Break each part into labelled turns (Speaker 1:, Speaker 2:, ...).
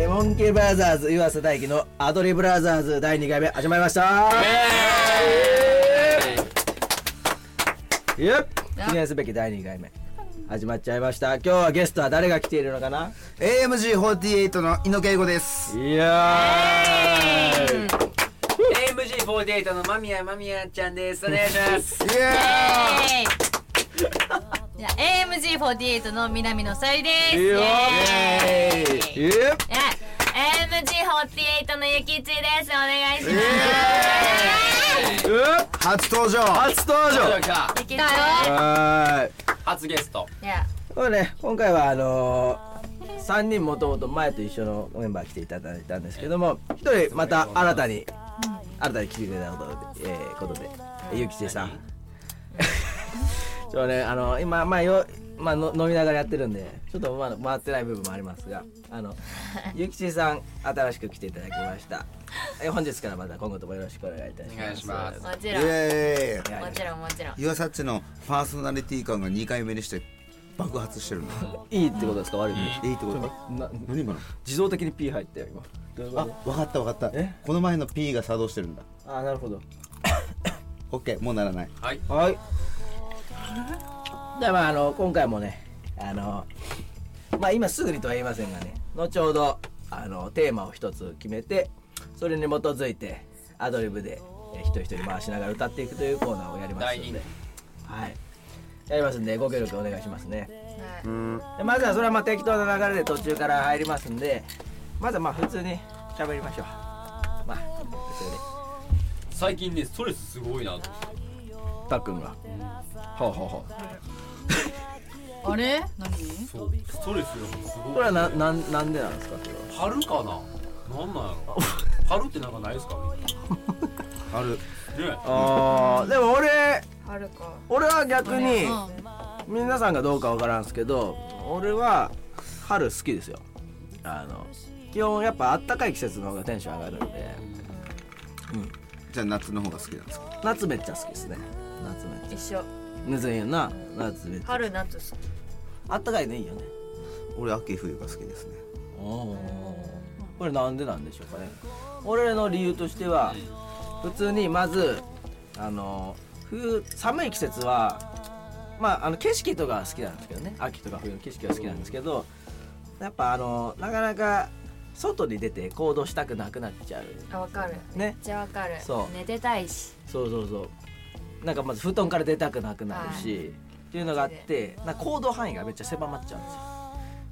Speaker 1: ラザーズ湯浅大樹のアドリブラザーズ第2回目始まりましたイエーイ記念すべき第2回目始まっちゃいました今日はゲストは誰が来ているのかな
Speaker 2: AMG48 の猪木英吾です
Speaker 1: いや
Speaker 3: AMG48 の間宮間宮ちゃんですお願いします
Speaker 2: イエ
Speaker 4: イエーイじゃあ AMG48 の南野さゆりです
Speaker 1: いいよ
Speaker 4: エーイ
Speaker 1: ーイ
Speaker 4: イエーイ
Speaker 1: イエー
Speaker 4: AMG48 のゆきちですお願いします
Speaker 2: イエ
Speaker 1: イうっ
Speaker 2: 初登場
Speaker 1: 初登場
Speaker 4: ゆきちです
Speaker 1: はーい
Speaker 3: 初ゲスト
Speaker 4: いや
Speaker 1: そうね今回はあのー、3人もともと前と一緒のメンバー来ていただいたんですけども1人また新たに新たに来てくれたことで、えーことでえゆきちさんそうねあの今まあよまあの飲みながらやってるんでちょっとまだ回ってない部分もありますがあのゆきちさん新しく来ていただきましたえ本日からまた今後ともよろしくお願いいたします
Speaker 3: お願いします
Speaker 4: もち
Speaker 2: イ
Speaker 4: ろんも
Speaker 2: エーイ
Speaker 4: ちろんもちろん
Speaker 2: 岩サッチのパーソナリティ感が2回目にして爆発してるの
Speaker 1: いいってことですか悪いって
Speaker 2: いいってこと
Speaker 1: ことな
Speaker 2: 何今の
Speaker 1: 自動的に P 入ったよ今どういうこ
Speaker 2: あ
Speaker 1: と
Speaker 2: 分かった分かった
Speaker 1: え
Speaker 2: この前の P が作動してるんだ
Speaker 1: あなるほど
Speaker 2: OK もうならない
Speaker 3: はい
Speaker 1: はい。ではまああの今回もねあのまあ今すぐにとは言いませんがね後ほどあのテーマを一つ決めてそれに基づいてアドリブでえー一人一人回しながら歌っていくというコーナーをやりますの
Speaker 3: 第二
Speaker 1: で、はい、やりますんでご協力お願いしますね。
Speaker 4: はい
Speaker 1: でまずはそれはまあ適当な流れで途中から入りますんでまずはまあ普通に喋りましょう。まあ普通に。
Speaker 3: 最近ねストレスすごいなと
Speaker 1: たっくんが。ほうほうほう。
Speaker 5: あれ何
Speaker 3: そうストレスがす
Speaker 1: こ
Speaker 3: ご
Speaker 1: れは
Speaker 3: い
Speaker 1: ななんなんでなんですかそれは。
Speaker 3: 春かななんなんや ろ春ってなんかないですか
Speaker 2: ある
Speaker 3: みんなね
Speaker 1: あーでも俺
Speaker 4: はるか
Speaker 1: 俺は逆に
Speaker 5: うん
Speaker 1: 皆さんがどうかわからんすけど俺は春好きですよあの基本やっぱあったかい季節の方がテンション上がるんで
Speaker 2: じゃあ夏の方が好きなんですか
Speaker 1: 夏めっちゃ好きですね夏めっち
Speaker 4: 一緒
Speaker 1: ゃむずいよな夏めっちゃ
Speaker 4: 春夏好き
Speaker 1: あったかいのいいよね
Speaker 2: 俺秋冬が好きですね
Speaker 1: これなんでなんでしょうかね俺の理由としては普通にまずあの冬寒い季節はまああの景色とかは好きなんですけどね秋とか冬の景色は好きなんですけどやっぱあのなかなか外に出て行動したくなくなっちゃう
Speaker 4: あわかるめっ
Speaker 1: ね
Speaker 4: ちゃわかる
Speaker 1: そう
Speaker 4: 寝てたいし
Speaker 1: そうそうそうなんかまず布団から出たくなくなるし、っていうのがあってなんか行動範囲がめっちゃ狭まっちゃうんですよ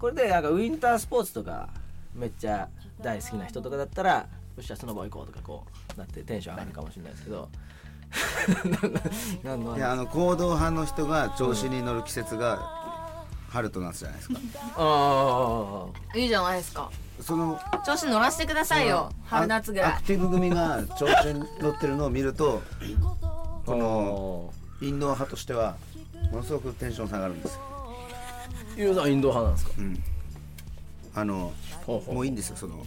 Speaker 1: これでなんかウィンタースポーツとかめっちゃ大好きな人とかだったらよっしゃスノボ行こうとかこうなってテンション上がるかもしれないですけ どなんの
Speaker 2: いやあの行動派の人が調子に乗る季節が春と夏じゃないですか
Speaker 1: あー
Speaker 5: いいじゃないですか
Speaker 2: その
Speaker 5: 調子乗らせてくださいよ春夏ぐ
Speaker 2: ア
Speaker 5: ら
Speaker 2: ク
Speaker 5: い
Speaker 2: ティブ組が調子に乗ってるのを見る とこのインドア派としてはものすごくテンション下がるんですよ、
Speaker 1: ゆうさんインド派なんですか
Speaker 2: うん、あの
Speaker 1: ほうほう
Speaker 2: もういいんですよその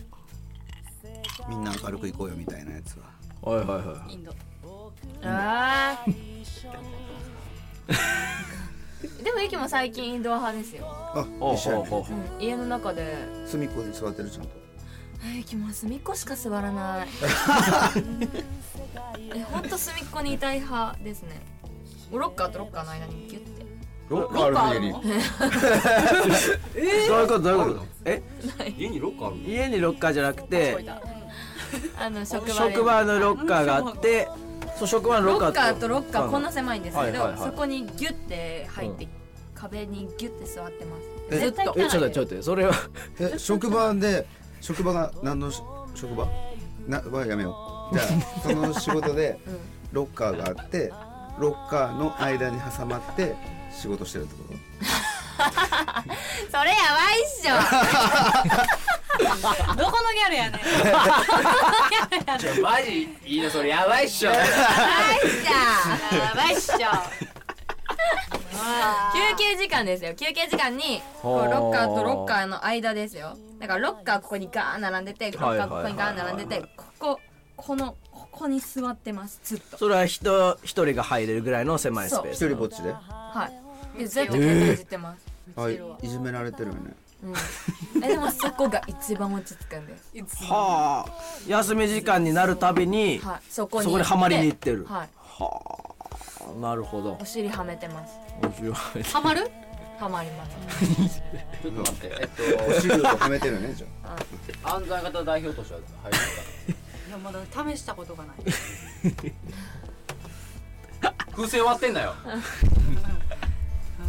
Speaker 2: みんな明るく行こうよみたいなやつは
Speaker 1: はいはいは
Speaker 5: イ
Speaker 1: い
Speaker 5: ンド
Speaker 4: あー
Speaker 5: でもゆきも最近インドア派ですよ、
Speaker 2: あ
Speaker 1: ほう
Speaker 2: 一緒や
Speaker 1: ほう
Speaker 2: ね
Speaker 1: ほうほ
Speaker 5: うん、家の中で
Speaker 2: 隅っこに座ってるちゃんと
Speaker 5: えゆきも隅っこしか座らない えほんと隅っこにいたい派ですねおロッカーとロッカーの間にギュッて
Speaker 2: ロッ
Speaker 3: カーある家に
Speaker 2: カー
Speaker 1: うどういうことどういうことえ
Speaker 3: ね家にロッカーあるの
Speaker 1: 家にロッカーじゃなくて
Speaker 5: あの職場で
Speaker 1: 職場のロッカーがあってそう職場のロ
Speaker 5: ロ
Speaker 1: ッカー
Speaker 5: ッカーとロッカーこんな狭いんですけど、
Speaker 1: はいはいはい
Speaker 5: そこにギュッて入って、壁にギュッて座ってます
Speaker 2: え
Speaker 5: ずっと
Speaker 1: えちょっと待ってちょっと待ってそれは
Speaker 2: にえ職場で職場が何のし職場なはやめようじゃあその仕 事でロッカーがあってロッカーの間に挟まって仕事してるってこと
Speaker 5: それやばいっしょ どこのギャルやねん
Speaker 3: ちょマジいいなそれやばいっしょ
Speaker 5: やばいっしょ休憩時間ですよ休憩時間に
Speaker 1: ほー
Speaker 5: こうロッカーとロッカーの間ですよだからロッカーここにガーン並んでてロッカーここにガーン並んでてこここのここに座ってますずっと
Speaker 1: それは人一人が入れるぐらいの狭いスペース
Speaker 2: 一人ぼっちで
Speaker 5: はいでずっと携帯いじってます、
Speaker 2: あいいじめられてるよね
Speaker 5: えでもそこが一番落ち着くんです
Speaker 1: はあ休み時間になるたびに
Speaker 5: はいそこに
Speaker 1: そこにはまりに行ってる
Speaker 5: はい
Speaker 1: あなるほど
Speaker 5: お尻はめてます
Speaker 1: 面白い
Speaker 4: ハマる
Speaker 5: はまります
Speaker 3: ちょっと待って、
Speaker 2: お
Speaker 3: えっ
Speaker 2: 尻をはめてるねじゃ
Speaker 3: と、安全型代表としては入る
Speaker 4: いやまだ試したことがない
Speaker 3: か。風船割ってんだよ。
Speaker 2: あ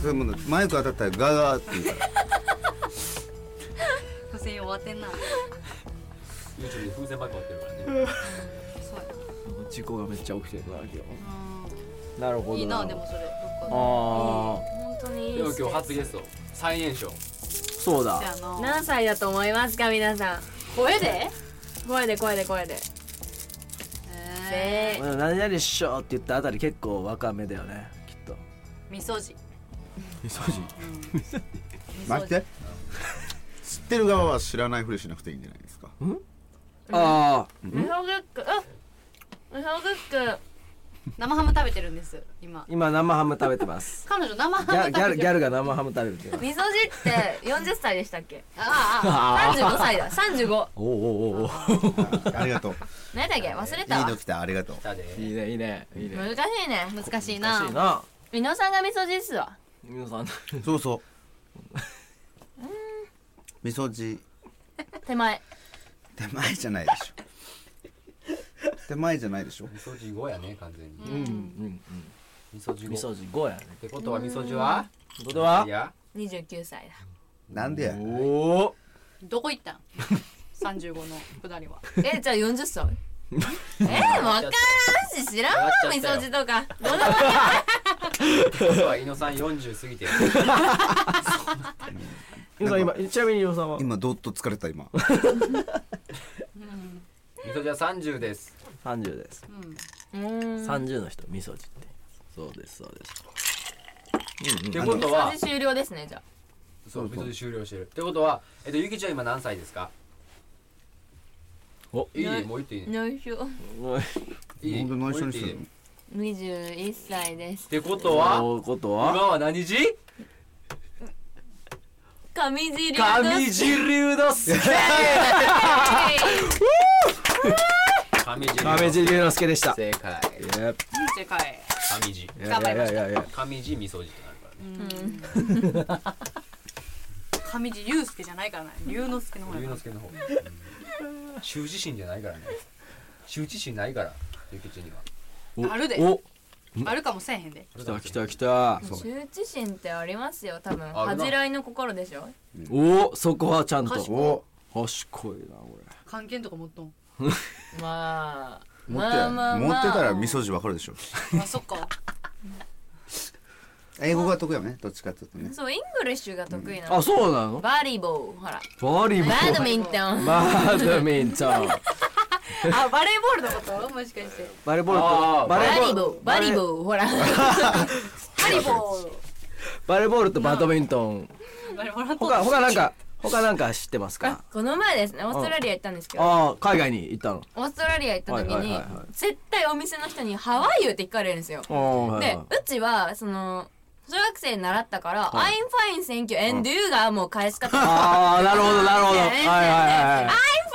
Speaker 2: それもうマイク当たったらガガーって言うから
Speaker 4: 不正終わってんな
Speaker 3: YouTube で風船ばっか割ってるからね。
Speaker 4: そうや
Speaker 1: 事故がめっちゃ起きてるな今日
Speaker 4: う
Speaker 1: なるほ
Speaker 4: ん
Speaker 1: ど
Speaker 4: いいなでもそれ
Speaker 1: あ
Speaker 4: どっ
Speaker 1: あ
Speaker 5: 本当にいい
Speaker 3: でも今日初ゲスト、最年少。
Speaker 1: そうだ
Speaker 4: かやな
Speaker 5: 何歳だと思いますか皆さん
Speaker 4: 声で
Speaker 5: 声で声で声で
Speaker 4: え
Speaker 5: せー
Speaker 1: うん何々っしょって言ったあたり結構若めだよねきっと
Speaker 4: ー味噌汁
Speaker 1: 味噌汁
Speaker 2: 待って知ってる側は知らないふりしなくていいんじゃないですか
Speaker 1: ああ
Speaker 5: みそグックうんみそグック
Speaker 4: 生ハム食べてるんです今
Speaker 1: 今生ハム食べてます
Speaker 4: 彼女生ハム
Speaker 1: ギャギャ ル
Speaker 4: 食べ
Speaker 1: ギ
Speaker 4: て
Speaker 1: ャ
Speaker 4: る
Speaker 1: ルが生ハム食べてます
Speaker 5: 味噌汁って40歳でしたっけ
Speaker 4: ああ
Speaker 5: 35歳だ35
Speaker 1: おおおお
Speaker 2: あありがとう
Speaker 5: 何だっけ忘れ
Speaker 2: い
Speaker 5: た
Speaker 2: い
Speaker 5: わ
Speaker 2: の来たありがとう
Speaker 3: だで。
Speaker 1: いいねいいねいいね
Speaker 5: 難しいね
Speaker 4: あ難しい
Speaker 1: 難し
Speaker 4: な
Speaker 1: いな
Speaker 5: 美濃さんが味噌汁っすわ
Speaker 1: 皆さん
Speaker 2: そうそう味噌汁
Speaker 5: 手前
Speaker 2: 手前じゃないでし ょ手前じゃないでしょ
Speaker 3: 味噌汁5やね、完全
Speaker 1: う
Speaker 3: に。
Speaker 1: んうん
Speaker 3: 味噌
Speaker 1: う
Speaker 3: 汁
Speaker 1: ん
Speaker 3: 5
Speaker 1: 味噌汁5やね
Speaker 3: ってことは味噌汁は
Speaker 1: どうだ
Speaker 3: いや、
Speaker 5: 29歳だ
Speaker 2: なんでや
Speaker 1: おお
Speaker 4: どこ行ったん35の下りは
Speaker 5: えじゃあ40歳えー、わからんし知らんわ味
Speaker 3: 上がっ
Speaker 5: 噌
Speaker 3: ち
Speaker 5: 汁とかどう
Speaker 3: 実は井野さん40過ぎ てる。
Speaker 1: 皆さん今ちなみに伊野さんは
Speaker 2: 今どっと疲れた今
Speaker 3: 味噌汁は30です。
Speaker 1: 30です
Speaker 4: うん
Speaker 5: うん
Speaker 1: 30の人味噌汁ってそうですそうです
Speaker 3: ってことは、
Speaker 5: 味終了ですねじゃあ
Speaker 3: そう、味噌汁終了してる。ってことは、えっと、ゆきちゃん今何歳ですか
Speaker 1: お
Speaker 3: いいもう言っていい
Speaker 5: 入賞
Speaker 3: い
Speaker 2: な
Speaker 3: い
Speaker 2: んで内緒にす
Speaker 3: もう言ってい
Speaker 2: る
Speaker 3: い
Speaker 2: の
Speaker 3: っ
Speaker 5: 21歳です
Speaker 3: てことは、
Speaker 1: おこと
Speaker 3: 今
Speaker 1: は
Speaker 3: は何時
Speaker 5: 上地流
Speaker 3: 上地龍之介
Speaker 1: 亀
Speaker 3: 上地龍之介
Speaker 1: 地龍之介でした
Speaker 3: 正解
Speaker 4: 世界
Speaker 3: 上地
Speaker 4: 頑張りました
Speaker 1: いやいやいやいや
Speaker 3: 上地味噌汁ってなるからね
Speaker 4: 上地雄介じゃないからね龍之介の方
Speaker 3: 龍
Speaker 4: やか
Speaker 3: 之介の方うん羞恥心じゃないからね羞恥心ないからゆきちには
Speaker 1: お
Speaker 4: あるで
Speaker 1: お
Speaker 4: らあるかもせえへんで
Speaker 1: 来た来た来た
Speaker 5: 羞恥心ってありますよ多分
Speaker 3: ある
Speaker 5: 恥
Speaker 3: な
Speaker 5: じらいの心でしょ
Speaker 1: おそこはちゃんと
Speaker 4: 賢
Speaker 2: お
Speaker 1: 賢いなこれ
Speaker 4: 関係とか持っとん
Speaker 5: まあ
Speaker 2: 持って
Speaker 5: まあまあ
Speaker 2: 持
Speaker 5: まあ
Speaker 2: ってたら味噌汁わかるでしょ
Speaker 4: あそっ か
Speaker 2: 英語が得意やもんねどっちかっていうとね
Speaker 5: そうイングリッシュが得意なの
Speaker 1: あそうなの
Speaker 5: バリボーほら
Speaker 1: バリボ
Speaker 5: バ
Speaker 1: ー
Speaker 5: ドミントン
Speaker 1: バドミントン
Speaker 4: あバレーボールのこともしかして
Speaker 1: バリボール
Speaker 3: あ
Speaker 1: と
Speaker 3: ー
Speaker 1: バ
Speaker 5: バ
Speaker 1: レーボー
Speaker 5: リ
Speaker 1: ル
Speaker 5: ボーバリボ ーほら
Speaker 4: ハリボー
Speaker 1: バレーボールとバドミントン
Speaker 4: バレーボール
Speaker 1: 他他なんか他なんか知ってますか
Speaker 5: この前ですねオーストラリア行ったんですけど
Speaker 1: ああ海外に行ったの
Speaker 5: オーストラリア行った時
Speaker 1: はい
Speaker 5: に
Speaker 1: はいはいは
Speaker 5: 絶対お店の人にハワイユって聞かれるんですよ
Speaker 1: ああ
Speaker 5: でうちはその小学生に習ったから「
Speaker 1: はい
Speaker 5: I'm fine thank you and you」がもう返し方 I'm fine
Speaker 1: ああなるほどな るほどはい
Speaker 5: ね
Speaker 1: はいはいはい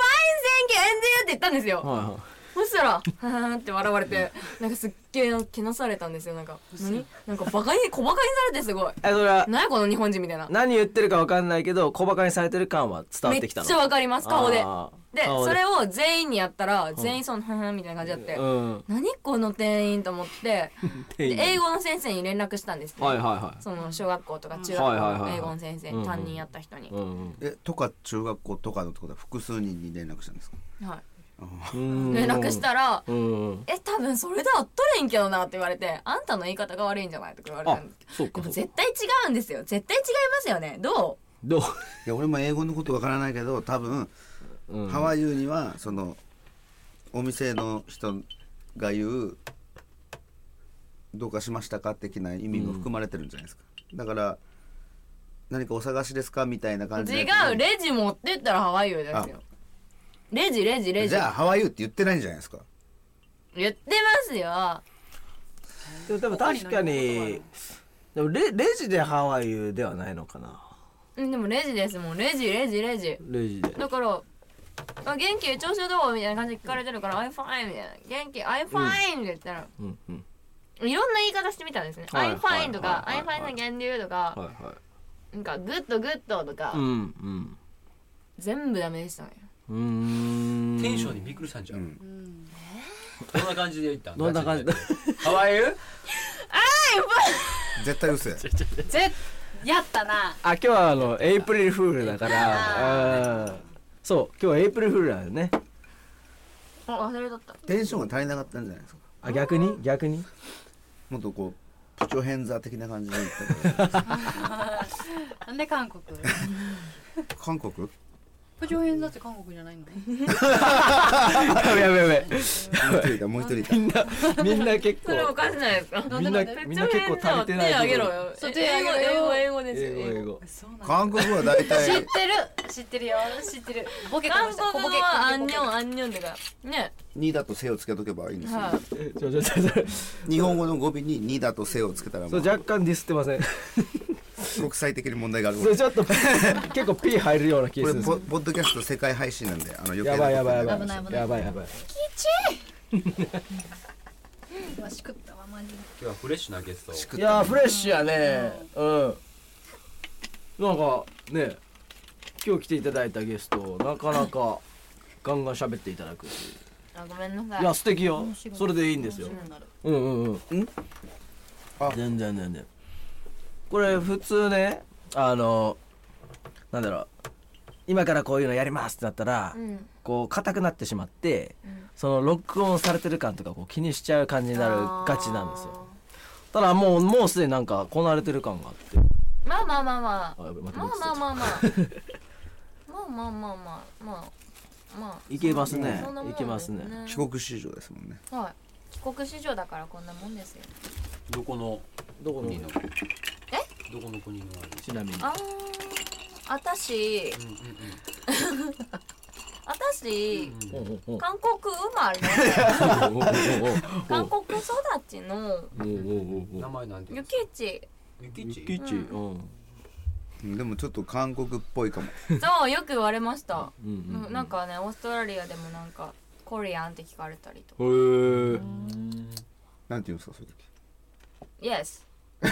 Speaker 5: thank you and you って言ったんですよ
Speaker 1: はいはい
Speaker 5: そしたら、はーんって笑われて、なんかすっげえけなされたんですよ、なんか。何なんかバカに、小バカにされてすごい。
Speaker 1: えそれは
Speaker 5: なやこの日本人みたいな。
Speaker 1: 何言ってるかわかんないけど小バカにされてる感は伝わ
Speaker 5: め
Speaker 1: っ
Speaker 5: って
Speaker 1: き
Speaker 5: ち
Speaker 1: たの
Speaker 5: ゃわかります、顔で。
Speaker 1: あー
Speaker 5: で、
Speaker 1: 顔
Speaker 5: それを全員にやったら、全員その、はーんみたいな感じだって。
Speaker 1: うん
Speaker 5: 何この店員と思って、
Speaker 1: 店
Speaker 5: で
Speaker 1: 員
Speaker 5: 英語の先生に連絡したんですね
Speaker 1: はいはいは
Speaker 5: その小学校とか中学
Speaker 1: はいはい
Speaker 5: 校
Speaker 1: はい
Speaker 5: の
Speaker 1: はい
Speaker 5: 英語の先生、
Speaker 1: うんうん
Speaker 5: 担任やった人に
Speaker 1: い。うん
Speaker 2: えとか中学校とかのってことは複数人に連絡したんですか
Speaker 5: は
Speaker 1: うん
Speaker 5: い。連絡したら、
Speaker 1: うん
Speaker 5: え、多分それではっとれんけどなって言われて、あんたの言い方が悪いんじゃないとか言われた
Speaker 1: あ
Speaker 5: んです。
Speaker 1: そう
Speaker 5: で
Speaker 1: か
Speaker 5: も
Speaker 1: そう
Speaker 5: 絶
Speaker 1: か
Speaker 5: 対違うんですよ。絶対違いますよね。ど
Speaker 1: どう
Speaker 2: いや俺も英語のことわからないけど多分、
Speaker 1: うん
Speaker 2: ハワイユにはそのお店の人が言う「どうかしましたか?」的な意味も含まれてるんじゃないですか、だから何かお探しですかみたいな
Speaker 5: う
Speaker 2: 感じ
Speaker 5: 違
Speaker 2: で
Speaker 5: う。レジ持ってったらハワイよですよ。レジレジレジ。
Speaker 2: じゃあハワイユって言ってないんじゃないですか
Speaker 5: 言ってますよ。
Speaker 1: でも多分確かにでもレレジでハワイではないのかな
Speaker 5: うんでもレジですもんレジレジレジ
Speaker 1: レジで
Speaker 5: だから「あ元気調子どう?」みたいな感じで聞かれてるから「iFine」みたいな「元気 iFine」って言ったら、
Speaker 1: うんうん
Speaker 5: いろんな言い方してみたんですね「
Speaker 1: はいはい
Speaker 5: iFine」とか「
Speaker 1: はいはい
Speaker 5: iFine の源流」とか
Speaker 1: はいはい
Speaker 5: 「なんかグッドグッド」とか、
Speaker 1: うんうん
Speaker 5: 全部ダメでしたね
Speaker 1: うーん
Speaker 3: テンションにびっくりしたんじゃ
Speaker 2: うんん。
Speaker 3: どんな感じで言ったん
Speaker 1: どんな感じで
Speaker 3: ガチでハワイユ
Speaker 2: 絶対嘘や
Speaker 4: ぜやったな
Speaker 1: あ今日はあのエイプリルフールだからうんそう今日はエイプリルフールなんだよね
Speaker 5: あ忘れとった
Speaker 2: テンションが足りなかったんじゃないですか
Speaker 1: あ逆に逆に
Speaker 2: もっとこうプチョヘンザー的な感じで言ったから
Speaker 6: なんで韓国
Speaker 2: 韓国
Speaker 6: 不条編だって韓国じゃないの
Speaker 1: やべやべやべ
Speaker 2: もう一人いたもう一人いた
Speaker 1: みんなみんな結
Speaker 5: それお
Speaker 1: 構
Speaker 5: かしないですか
Speaker 1: みんなみんな結構足りてないと
Speaker 5: 手
Speaker 1: こ
Speaker 5: あげろよ
Speaker 6: そう
Speaker 5: え
Speaker 6: 手あ
Speaker 5: 英
Speaker 6: げ
Speaker 5: 語
Speaker 6: ろよ
Speaker 5: 英語英語ですよ
Speaker 1: 英語英
Speaker 5: 英語
Speaker 1: 語
Speaker 6: そう
Speaker 2: 韓国は大
Speaker 6: 知っ
Speaker 2: 体
Speaker 6: てる知ってるよ知ってるボケかも
Speaker 5: 韓
Speaker 6: しれない
Speaker 5: 国語はアンニョンアンニョンとかね
Speaker 2: 2だと「せ」をつけとけばいいんですよ
Speaker 5: はい
Speaker 1: えちょちょちょちょ
Speaker 2: 日本語の語尾に「2だと「せ」をつけたら
Speaker 1: そ
Speaker 2: も
Speaker 1: う
Speaker 2: う
Speaker 1: 若干ディスってません
Speaker 2: 国際的に問題があるこ
Speaker 1: それちょっと結構 P 入るような気が
Speaker 2: れ
Speaker 1: するんです
Speaker 2: ポ
Speaker 1: よ
Speaker 2: ポッドキャスト世界配信なんであの余計
Speaker 1: や
Speaker 2: な
Speaker 1: ばいやばいやば
Speaker 2: こと
Speaker 1: い
Speaker 6: 危ない危ない
Speaker 1: やばいやばい
Speaker 6: わしくったわマジで
Speaker 3: 今日はフレッシュなゲストを
Speaker 2: しくっ
Speaker 1: い
Speaker 2: た
Speaker 1: やーフレッシュやねうんなんかね今日来ていただいたゲストなかなかガンガン喋っていただくし
Speaker 5: あごめんないさい
Speaker 1: や素敵よそれでいいんですよ
Speaker 6: 面白なる
Speaker 1: うんうんうん
Speaker 2: あ
Speaker 1: 全然全然これ普通ねあのなんだろう今からこういうのやりますってなったら、
Speaker 5: うん
Speaker 1: こう硬くなってしまって、
Speaker 5: ん
Speaker 1: その録音されてる感とかこう気にしちゃう感じになるがちなんですよただもうもうすでになんかこなれてる感があって
Speaker 5: まあまあまあま
Speaker 1: あやべ
Speaker 5: あ
Speaker 1: また
Speaker 5: まあまあまあまあまあまあまあまあまあま
Speaker 1: いけますね
Speaker 5: そんなもん
Speaker 1: いけますね
Speaker 5: です
Speaker 2: 帰国子女ですもんね
Speaker 5: あはい帰国子女だからこんなもんですよ
Speaker 3: どこの
Speaker 1: どこの
Speaker 3: 国のえどこの国のあれ
Speaker 1: ちなみに
Speaker 5: あーあたし
Speaker 3: うんうん
Speaker 5: あたし
Speaker 3: うん
Speaker 1: お
Speaker 3: うん
Speaker 1: うおうおう
Speaker 5: 韓国生まれ 韓国育ちの
Speaker 1: おうおうおうおうおう
Speaker 3: 名前なんて言
Speaker 5: ゆ
Speaker 3: う
Speaker 5: きち
Speaker 3: ゆ
Speaker 1: ゆ
Speaker 3: き
Speaker 1: き
Speaker 3: ち
Speaker 1: ちうん
Speaker 2: うんでもちょっと韓国っぽいかも
Speaker 5: そうよく言われました
Speaker 1: うんうん
Speaker 5: うんなんかねオーストラリアでもなんかコリアンって聞かれたりとか
Speaker 1: へー
Speaker 2: なんて言うんですかそういう時
Speaker 5: Yes
Speaker 2: 嘘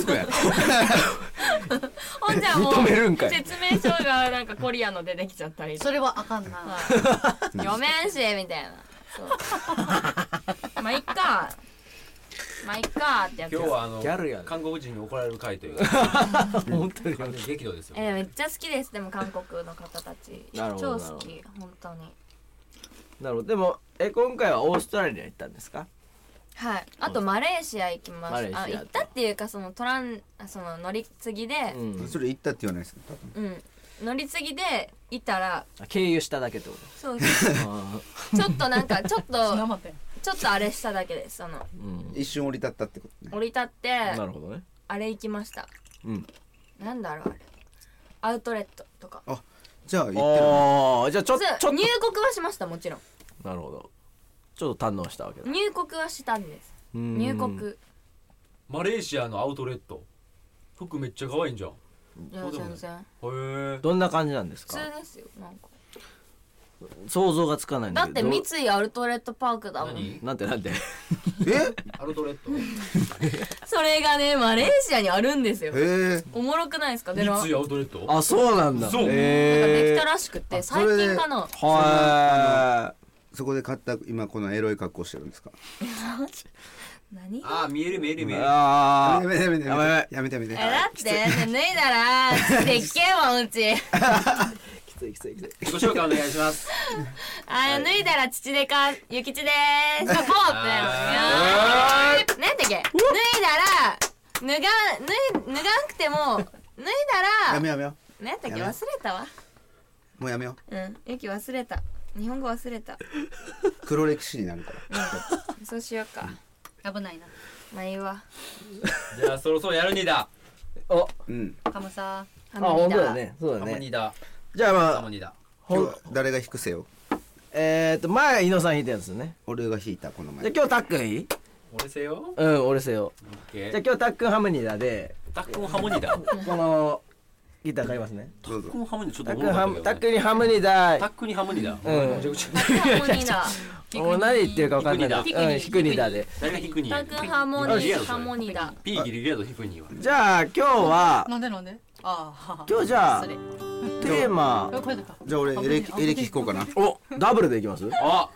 Speaker 2: つくやん
Speaker 5: ほんじゃもう
Speaker 1: 認めるんかい
Speaker 5: 説明書がなんかコリアンの出てきちゃったりとか
Speaker 6: それはあかんな
Speaker 5: 読めんしみたいな そうまあいっかまあいっかってやつ
Speaker 3: 今日はあ
Speaker 1: ギャルや
Speaker 3: の
Speaker 1: ね
Speaker 3: 韓国人に怒られる会という
Speaker 1: 本当に
Speaker 3: 完全に激怒ですよ
Speaker 5: えーめっちゃ好きですでも韓国の方たち
Speaker 1: なるほ
Speaker 5: 超
Speaker 1: ど
Speaker 5: 好き本当に
Speaker 1: なるほどでもえ今回はオーストラリア行ったんですか
Speaker 5: はいあとマレーシア行きます
Speaker 1: マレーシア
Speaker 5: あ行ったっていうかそのトランあその乗り継ぎで
Speaker 1: うん
Speaker 2: それ言ったって言わないですね多分
Speaker 5: うん、乗り継ぎでいたら
Speaker 1: あ経由しただけってこ
Speaker 5: そうそう
Speaker 1: とあ
Speaker 5: ちょっとな んかちょっ
Speaker 6: な
Speaker 5: と
Speaker 6: まって
Speaker 5: ちょっとあれしただけですその
Speaker 1: ー うん
Speaker 2: 一瞬降り立ったってことね
Speaker 5: 降り立って
Speaker 1: なるほどね
Speaker 5: あれ行きました
Speaker 1: うん
Speaker 5: なんだろうあれアウトレットとか
Speaker 2: じゃあ言ってる
Speaker 1: ああじゃあちょ
Speaker 5: そ
Speaker 1: っ
Speaker 5: う
Speaker 1: と
Speaker 5: 入
Speaker 1: ちょっ
Speaker 5: 国はしましたもちろん
Speaker 1: となるほどちょっと堪能したわけだ
Speaker 5: 入国はしたんです入国
Speaker 3: マレーシアのアウトレット服めっちゃ可愛いんじゃんへ
Speaker 5: いや
Speaker 3: そうでもない
Speaker 5: 全然
Speaker 3: え
Speaker 1: どんな感じなんです
Speaker 5: 普
Speaker 1: か
Speaker 5: 通ですよなんか
Speaker 1: 想像がつかないん
Speaker 5: だ
Speaker 1: だ
Speaker 5: っ
Speaker 1: けど
Speaker 5: て三井アウトレットパークだもん
Speaker 3: 何
Speaker 1: なんてなんて
Speaker 2: え
Speaker 3: アウトレット
Speaker 5: それがねマレーシアにあるんですよ
Speaker 2: へえ
Speaker 5: おもろくないですかでなんか
Speaker 3: 三井アウトレット
Speaker 1: あそうなんだ
Speaker 3: そう
Speaker 1: へ
Speaker 5: で
Speaker 1: え
Speaker 5: きたらしくて
Speaker 2: あ
Speaker 5: 最近かな
Speaker 1: は
Speaker 2: そこで買った今このエロい格好してるんですか
Speaker 5: 何え
Speaker 3: あ見える見える
Speaker 1: い
Speaker 3: 見える
Speaker 1: あ
Speaker 2: や
Speaker 1: ー
Speaker 2: めてやめてや
Speaker 1: やば
Speaker 2: め
Speaker 1: い
Speaker 2: てやめてやめて
Speaker 5: だって脱いだらでっけえもんうち
Speaker 1: きついきついきつい
Speaker 3: 自己紹介お願いします
Speaker 5: あ脱いだら父でかゆきちでーすサポ
Speaker 3: あ
Speaker 5: ーってなんだっけ脱いだら脱が脱い脱がなくても脱いだ
Speaker 2: や
Speaker 5: ら
Speaker 2: めやめよ
Speaker 5: なんだっけ
Speaker 2: やめ
Speaker 5: 忘れたわ
Speaker 2: もうやめよ
Speaker 5: うんゆき忘れた日本語忘れた
Speaker 2: 黒歴史になるから
Speaker 5: そうしようか
Speaker 6: 危ないな
Speaker 5: まあいいわ
Speaker 3: じゃあそろそろやるにだ
Speaker 1: お
Speaker 2: うん
Speaker 6: カムサ
Speaker 1: あ
Speaker 5: ハモ
Speaker 1: 本
Speaker 5: ニ
Speaker 1: 当
Speaker 5: ダ
Speaker 1: だねそう
Speaker 3: ハ
Speaker 1: だ
Speaker 3: モニ
Speaker 1: ね
Speaker 3: だ
Speaker 1: じゃあ
Speaker 3: ハ
Speaker 1: ま
Speaker 3: モ
Speaker 1: あ
Speaker 3: ニだ
Speaker 1: ほ
Speaker 2: 今
Speaker 1: ん
Speaker 2: 日誰が引くせよ
Speaker 1: えーっと前は伊野さん引いたやつね
Speaker 2: 俺が引いたこの
Speaker 1: じゃ
Speaker 2: 前
Speaker 1: あ今日たっくんいい
Speaker 3: 俺せよ
Speaker 1: うん俺せよ
Speaker 3: オッ
Speaker 1: じ
Speaker 3: ケ
Speaker 1: ゃあ
Speaker 3: ー
Speaker 1: 今日たっくんハムニダで
Speaker 3: タックンハモニだ
Speaker 1: このギター買いますね
Speaker 2: どうぞ
Speaker 7: 僕もハムにちょっと
Speaker 1: タッ
Speaker 7: 物
Speaker 1: クン
Speaker 7: 語が
Speaker 1: ハ
Speaker 7: ね
Speaker 1: ムタックにハムにだい
Speaker 7: タックにハムニダ
Speaker 1: うん
Speaker 7: めちゃくちゃ
Speaker 5: ハモニダ。
Speaker 1: もう何言ってるか分かんない
Speaker 7: ピ
Speaker 1: けどうんヒクニダで
Speaker 7: 誰が低いに
Speaker 5: タクハモ
Speaker 7: あいい
Speaker 5: ニ
Speaker 7: やろそれ
Speaker 5: ハモニダ。
Speaker 7: ピーギリギリやと低いには
Speaker 1: じゃあ今日は
Speaker 6: なんでなんでああ
Speaker 1: 今日じゃあ
Speaker 6: それ
Speaker 1: テーマ
Speaker 6: これとか
Speaker 2: じゃあ俺エレキエレキ弾こうかな
Speaker 1: おダブルでいきます
Speaker 7: あ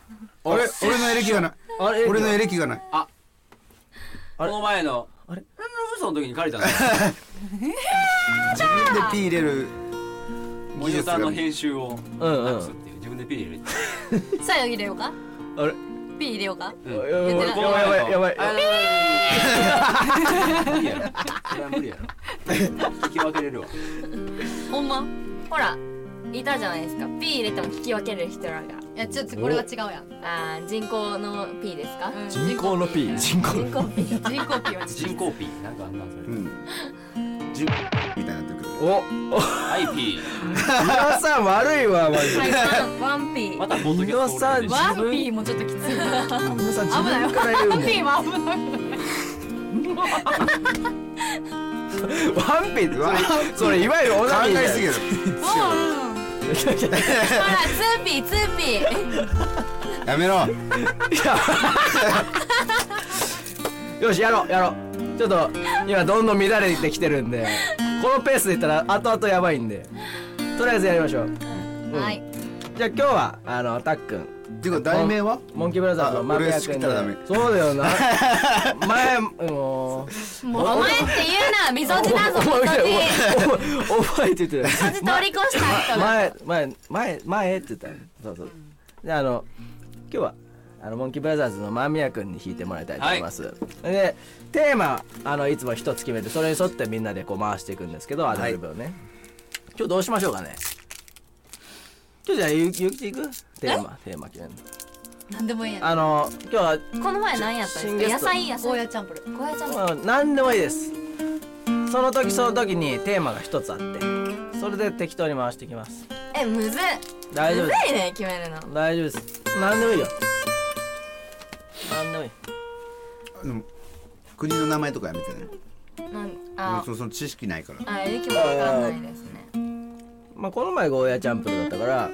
Speaker 2: あれ俺のエレキがない
Speaker 1: あれ
Speaker 2: 俺のエレキがない
Speaker 1: あ
Speaker 7: こ
Speaker 1: れ
Speaker 7: の前の
Speaker 1: あれ
Speaker 7: ラムラム嘘の時に借りたの
Speaker 2: 自分でピー入れる
Speaker 7: モ
Speaker 2: 技
Speaker 7: ニ
Speaker 2: 術
Speaker 7: ター
Speaker 2: が
Speaker 7: の
Speaker 2: ね
Speaker 7: 編集を
Speaker 1: うんう
Speaker 7: なくすっ
Speaker 1: ん
Speaker 7: ていう自分でピー入れて
Speaker 6: さあ入れようか
Speaker 1: あれ
Speaker 6: P 入れようか
Speaker 7: うん
Speaker 1: やばい
Speaker 7: 俺この前の
Speaker 1: やばいやばい
Speaker 7: あ無理やろそれは無理やろ聞き分けれるわ
Speaker 6: ほんま
Speaker 5: ほら、いたじゃないですか。P 入れても引き分ける人らが。
Speaker 6: いやちょっとこれは違うやん
Speaker 5: あー人工の P ですか
Speaker 6: うん
Speaker 1: 人工の P 人工の P
Speaker 5: 人工 P。
Speaker 6: 人工 P はちょっ
Speaker 7: 人工ピーなんかあんなそれ
Speaker 2: うんじゅみたいになってるけど
Speaker 1: お
Speaker 7: はいピ
Speaker 1: 皆さん悪いわマジで
Speaker 5: はい、ワンワン P
Speaker 7: ー。またポッドキャスト
Speaker 1: さ
Speaker 7: 俺
Speaker 6: と
Speaker 7: で
Speaker 1: わ
Speaker 6: ワン P もちょっときついな
Speaker 1: 皆さん自
Speaker 6: 危ない
Speaker 1: 分から言うもん
Speaker 6: P は危ない
Speaker 1: ワンピー
Speaker 2: ワン
Speaker 1: それそれいわゆるオ
Speaker 2: 考
Speaker 1: ナニー
Speaker 2: えすぎる
Speaker 5: ほら、ツーピー、ツーピー。
Speaker 2: やめろ
Speaker 1: よしやろうやろうちょっと今どんどん乱れてきてるんでこのペースでいったら後々やばいんでとりあえずやりましょう、はいじゃあ今日はあのたっくん
Speaker 2: ていうか題名は
Speaker 1: モンキーブラザーズの
Speaker 2: あ
Speaker 1: マペア
Speaker 2: 俺
Speaker 1: 君
Speaker 2: しかダメ
Speaker 1: でそうだよ な前もう
Speaker 5: お前って言う な、みそじだぞ、
Speaker 1: お
Speaker 5: みそ
Speaker 1: 前
Speaker 5: じ。
Speaker 1: お前お前って言ってたよ
Speaker 5: みそじ通り越した人が。
Speaker 1: 前前前前って言ったよそうそうであの今日はあのモンキーブラザーズの間宮君に弾いてもらいたいと思います、でテーマあのいつも一つ決めてそれに沿ってみんなでこう回していくんですけどアドリブをね、今日どうしましょうかね今日じゃあゆゆきちいくテーマテーマ決めるの
Speaker 6: なんでもいいやん
Speaker 1: あの今日は
Speaker 5: この前何やったんですか野菜、野
Speaker 6: ゴー
Speaker 5: 菜。
Speaker 6: ヤチャンプル
Speaker 5: ゴーヤちゃん
Speaker 1: まあ何でもいいですその時その時にテーマが一つあってそれで適当に回していきます
Speaker 5: え、むずい。
Speaker 1: 大丈夫
Speaker 5: む
Speaker 1: で
Speaker 5: ずいね、決めるの。
Speaker 1: す大丈夫です何でもいいよ何でもいい
Speaker 2: でも国の名前とかやめてね
Speaker 5: なん
Speaker 2: もう
Speaker 5: あ
Speaker 2: そ、のその知識ないから
Speaker 5: あ、えりきもわかんないですね。
Speaker 1: まあこの前ゴーヤチャンプルだったから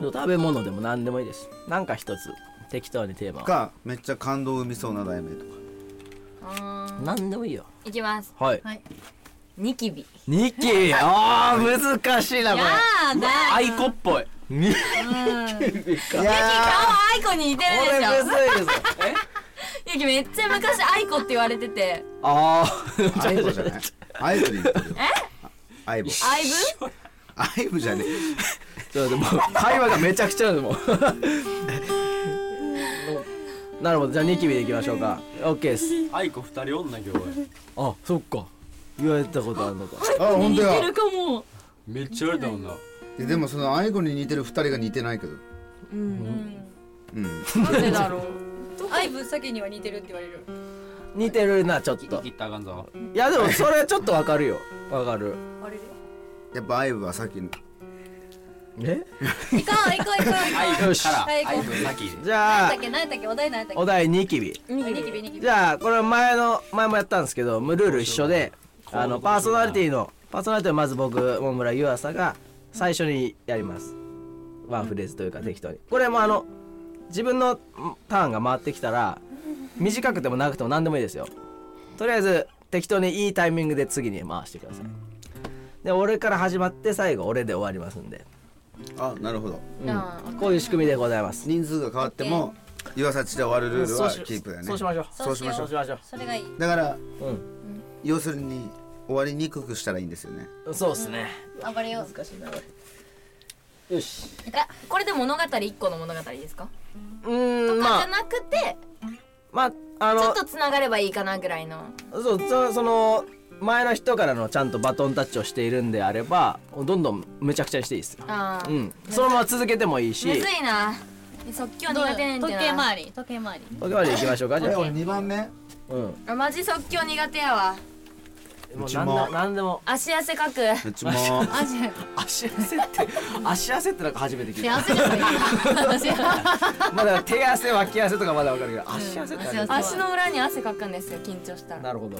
Speaker 1: 食べ物でも何でもいいですなんか一つ適当にテーマを
Speaker 2: かめっちゃ感動を生みそうな題名とか
Speaker 5: あ
Speaker 1: 何でもいいよ
Speaker 5: ーいきます。
Speaker 1: はい
Speaker 6: はい
Speaker 5: ニキビ。
Speaker 1: ニッキーあー難しいなこれ
Speaker 5: あー、だ。
Speaker 7: アイコっぽい
Speaker 1: ニッ
Speaker 2: いや
Speaker 5: 顔アイコに似て
Speaker 1: こ
Speaker 5: る
Speaker 1: れ
Speaker 5: でし
Speaker 1: む
Speaker 5: ょ
Speaker 1: ずいです
Speaker 5: ゆきめっちゃ昔アイコって言われてて
Speaker 1: あ
Speaker 2: アイボじゃないアイボで言ってるよアイボ
Speaker 5: アイブ
Speaker 2: アイボじゃね
Speaker 1: ーちょっと待ってもう会話がめちゃくちゃでも うなるほどじゃあニキビでいきましょうかオッケーです
Speaker 7: アイコ二人おんな今日俺
Speaker 1: あそっか言われたことあるのか
Speaker 2: えあ本当や
Speaker 5: かも
Speaker 7: めっちゃ言われたもんな
Speaker 2: えでもそのアイボに似てる二人が似てないけどうん
Speaker 5: なんでだろう
Speaker 6: アイブ先には似てるって言われる
Speaker 1: 似てるなちょっと
Speaker 7: 切ったらあかんぞ
Speaker 1: いやでもそれちょっとわかるよわかる
Speaker 6: あれで
Speaker 2: やっぱアイボはさっきの
Speaker 1: え
Speaker 6: 行こ う行こう行こう
Speaker 7: アイコから
Speaker 6: はい
Speaker 7: アイコ先で
Speaker 1: じゃあ
Speaker 6: 何やったっけ何やったっけお題何やったっ
Speaker 1: お題ニキビ
Speaker 6: けニキビニキビ
Speaker 1: じゃあこれ前の前もやったんですけどルール一緒であのパーソナリティのパーソナリティをまず僕桃村湯浅が最初にやりますワンフレーズというか適当にこれもあの自分のんターンが回ってきたら短くても長くても何でもいいですよとりあえず適当にいいタイミングで次に回してくださいで俺から始まって最後俺で終わりますんで、
Speaker 2: あなるほど
Speaker 1: うん、こういう仕組みでございます
Speaker 2: 人数が変わっても岩幸で終わるルールはキープだよね
Speaker 1: そうしましょう
Speaker 2: そうしまし
Speaker 1: そう
Speaker 2: ょ
Speaker 1: うしましょう
Speaker 6: それがいい
Speaker 2: だから
Speaker 1: うん
Speaker 2: 要するに終わりにくくしたらいいんですよね
Speaker 1: そうっすね
Speaker 6: 頑張れよ
Speaker 1: 難しいな
Speaker 7: よし
Speaker 5: えこれで物語一個の物語ですか
Speaker 1: うーん
Speaker 5: まあ
Speaker 1: ま
Speaker 5: じゃ
Speaker 1: あ
Speaker 5: なくて
Speaker 1: まああ
Speaker 5: ちょ
Speaker 1: の
Speaker 5: っとつながればいいかなぐらいの
Speaker 1: そうそその前の人からのちゃんとバトンタッチをしているんであればどんどんめちゃくちゃにしていいですよ、
Speaker 5: あー
Speaker 1: う
Speaker 5: む
Speaker 1: ん、そのまま続けてもいい
Speaker 5: ず
Speaker 1: し
Speaker 5: いな即興苦手ねん
Speaker 6: 時計
Speaker 5: てな
Speaker 6: 回り時計回り
Speaker 1: おかわりいきましょうかじゃあ、うん、
Speaker 2: 2番目
Speaker 1: も
Speaker 5: あマジ即興苦手やわ
Speaker 1: う
Speaker 2: うち
Speaker 1: 何
Speaker 2: も
Speaker 1: だ何でも
Speaker 5: 足汗かく
Speaker 2: うちも
Speaker 6: マジで
Speaker 1: 足汗って足汗ってなんか初めて聞い
Speaker 6: 手
Speaker 1: た
Speaker 6: 汗じゃない手汗
Speaker 1: まだ手汗脇汗とかまだわかるけど足汗ってある
Speaker 6: うん足汗
Speaker 5: 足の裏に汗かくんですよ緊張したら
Speaker 1: なるほど